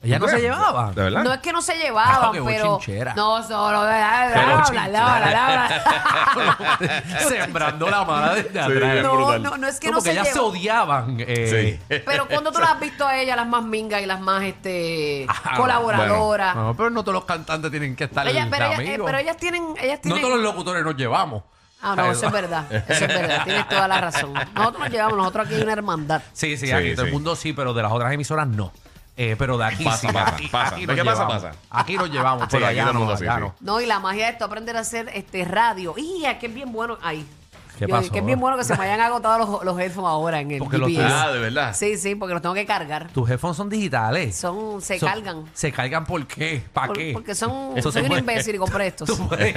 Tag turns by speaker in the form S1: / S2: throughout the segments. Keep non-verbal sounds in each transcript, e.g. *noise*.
S1: ¿Ella no se
S2: *laughs*
S1: llevaba? *laughs*
S3: ¿De verdad?
S2: No es que no se llevaban,
S1: Ah, qué
S2: pero.
S1: bochinchera.
S2: No, solo. eh, Bla,
S3: Qué
S2: bla, bla,
S3: bochinchera.
S2: bla, bla, bla.
S3: *laughs*
S1: Sembrando la mala desde
S3: es
S1: atrás.
S2: No,
S3: brutal.
S2: no, no es que
S1: No,
S2: no, se
S1: porque ellas se
S2: llevaban.
S1: odiaban. eh.
S3: Sí.
S2: Pero cuando
S1: *laughs*
S2: tú las has visto a ellas, las más mingas y las más este
S1: Ah,
S2: colaboradoras.
S1: No, pero no todos los cantantes tienen que estar
S2: Ellas- pero,
S1: de
S2: ellas, eh,
S1: amigos.
S2: pero ellas tienen, ellas
S1: no
S2: tienen.
S1: todos los locutores nos llevamos.
S2: Ah, no,
S1: *laughs*
S2: eso es verdad. Eso es verdad. Tienes toda la razón. Nosotros nos llevamos, nosotros aquí hay una hermandad.
S1: Sí, sí,
S3: Sí,
S1: aquí todo
S3: sí.
S1: el mundo sí, pero de las otras emisoras no. Eh, pero de aquí
S3: Pasa,
S1: sí.
S3: pasa,
S1: aquí,
S3: pasa.
S1: aquí
S3: ¿De
S1: nos
S3: qué pasa,
S1: llevamos.
S3: pasa?
S1: Aquí nos llevamos,
S3: Sí,
S1: pero
S3: aquí
S1: allá
S3: todo el
S1: no,
S3: mundo
S1: allá
S3: sí,
S1: no.
S2: No, y la magia de esto, aprender a hacer este radio. Y que es bien bueno ahí.
S1: ¿Qué
S2: Yo-
S1: pasó?
S2: Que es bien bueno que se me hayan agotado los, los headphones ahora en el
S1: Porque los
S2: GPS.
S3: Ah, de verdad.
S2: Sí, sí, porque los tengo que cargar.
S1: Tus headphones son digitales.
S2: Son, se
S1: Son-
S2: cargan.
S1: ¿Se cargan por qué? ¿Para
S2: Por-
S1: qué?
S2: Porque son,
S1: Eso
S2: soy
S1: se
S2: un
S1: puede-
S2: imbécil y compré estos.
S1: *laughs* Tú puedes ir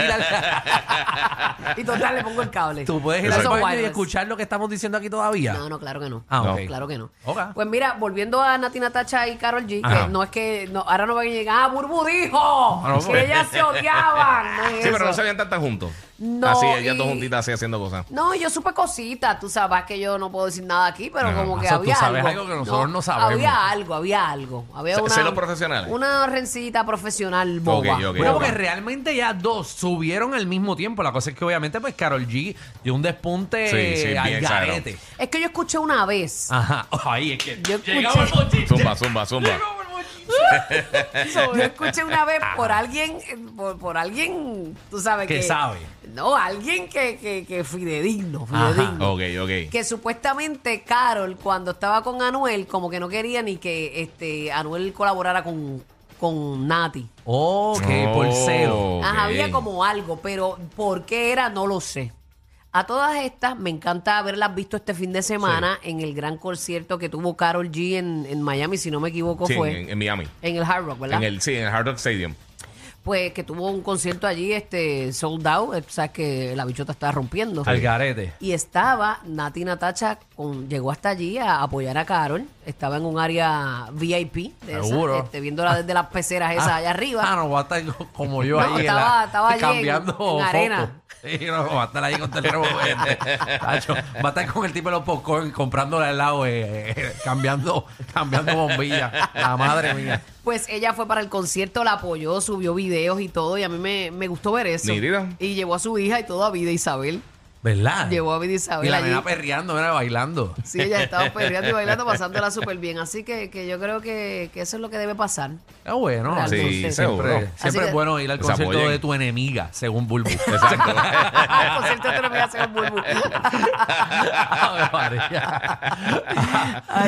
S1: al,
S2: *laughs* y total, le pongo el cable.
S1: tú puedes ir
S2: Esos
S1: al
S2: son
S1: baño y
S2: wireless.
S1: escuchar lo que estamos diciendo aquí todavía.
S2: No, no, claro que no.
S1: Ah,
S2: No,
S1: ok.
S2: Claro que no.
S1: Ok.
S2: Pues mira, volviendo a Natina Tacha y Carol G,
S1: Ajá. Ah,
S2: que no es que no, ahora no van a llegar. ¡Ah, Burbu dijo!
S1: no, pues.
S2: que
S1: porque-
S2: ellas se
S1: *laughs*
S2: odiaban. No, es
S3: Sí, pero no
S2: eso.
S3: salían tantas juntos.
S2: No,
S3: Así, ellas
S2: y-
S3: dos juntitas así haciendo cosas.
S2: No, yo supe cositas, tú sabes que yo no puedo decir nada aquí, pero
S3: Ajá.
S2: como que
S1: O sea, tú
S2: había
S1: sabes
S2: algo.
S1: algo que nosotros no sabemos.
S2: Había algo, había algo. Había
S3: Ce-
S2: una,
S3: celos profesionales.
S2: Una rencita profesional boba.
S3: ok.
S1: Bueno,
S3: ok.
S1: porque realmente ya dos subieron al mismo tiempo. La cosa es que obviamente, pues Carol G dio un despunte
S3: Sí, sí,
S1: al
S3: bien
S1: garete.
S2: Es que yo escuché una vez.
S1: Ajá. *laughs* Ahí es que
S2: Yo escuché-
S1: llegaba el bochinche.
S3: Zumba, zumba, zumba.
S1: Llegaba el bochinche.
S2: *laughs* Yo escuché una vez por alguien, eh, por, por alguien, tú sabes
S1: Que sabe.
S2: No, alguien que, que, que fidedigno,
S1: Ajá.
S2: fidedigno.
S3: Ok, ok.
S2: Que supuestamente Carol, cuando estaba con Anuel, como que no quería ni que este Anuel colaborara con, con Nati.
S1: Ok, por cero.
S3: Ok.
S2: Ajá, había como algo, pero ¿por qué era? No lo sé. A todas estas, me encanta haberlas visto este fin de semana en el gran concierto que tuvo Carol G en, en Miami, si no me equivoco,
S3: Sí,
S2: fue.
S3: en, en Miami.
S2: en el Hard Rock, ¿verdad?
S3: En el, sí, en el Hard Rock Stadium.
S2: pues que tuvo un concierto allí, este, sold out, eh, sabes que la bichota estaba rompiendo.
S1: Al garete.
S2: Y estaba Nati Natacha, con, llegó hasta allí a apoyar a Carol, estaba en un área VIP, de
S1: Seguro.
S2: Esas, este, viéndola desde las peceras esas allá
S1: Ah,
S2: arriba.
S1: no, va a estar co- como
S2: *laughs*
S1: yo
S2: No,
S1: ahí. en
S2: estaba-
S1: la-
S2: estaba allí en-
S1: cambiando
S2: en arena.
S1: foco. *laughs* Sí, no, va a estar ahí con el
S2: *laughs*
S1: Tacho, va a estar con el tipo de los popcorn comprando el helado, eh, eh, cambiando, cambiando bombillas. La madre mía.
S2: Pues ella fue para el concierto, la apoyó, subió videos y todo, y a mí me, me gustó ver eso.
S3: Nítida.
S2: Y llevó a su hija y todo a Vida Isabel.
S1: ¿Verdad?
S2: Llevó a Vida Isabel
S1: Ah. Y la
S2: allí.
S1: nena perreando, nena bailando.
S2: Sí, ella estaba perreando y bailando, pasándola súper bien. Así que, que yo creo que, que eso es lo que debe pasar.
S1: Es bueno.
S2: Claro, Sí,
S1: siempre,
S3: seguro.
S1: siempre
S2: Así que-
S1: es bueno ir al
S3: Los
S1: concierto
S3: apoyen.
S1: de tu enemiga, según
S2: *laughs*
S1: Bulbu. *laughs*
S2: el concierto de la amiga se va a hacer un burbu.
S1: Ave María.
S2: Ay,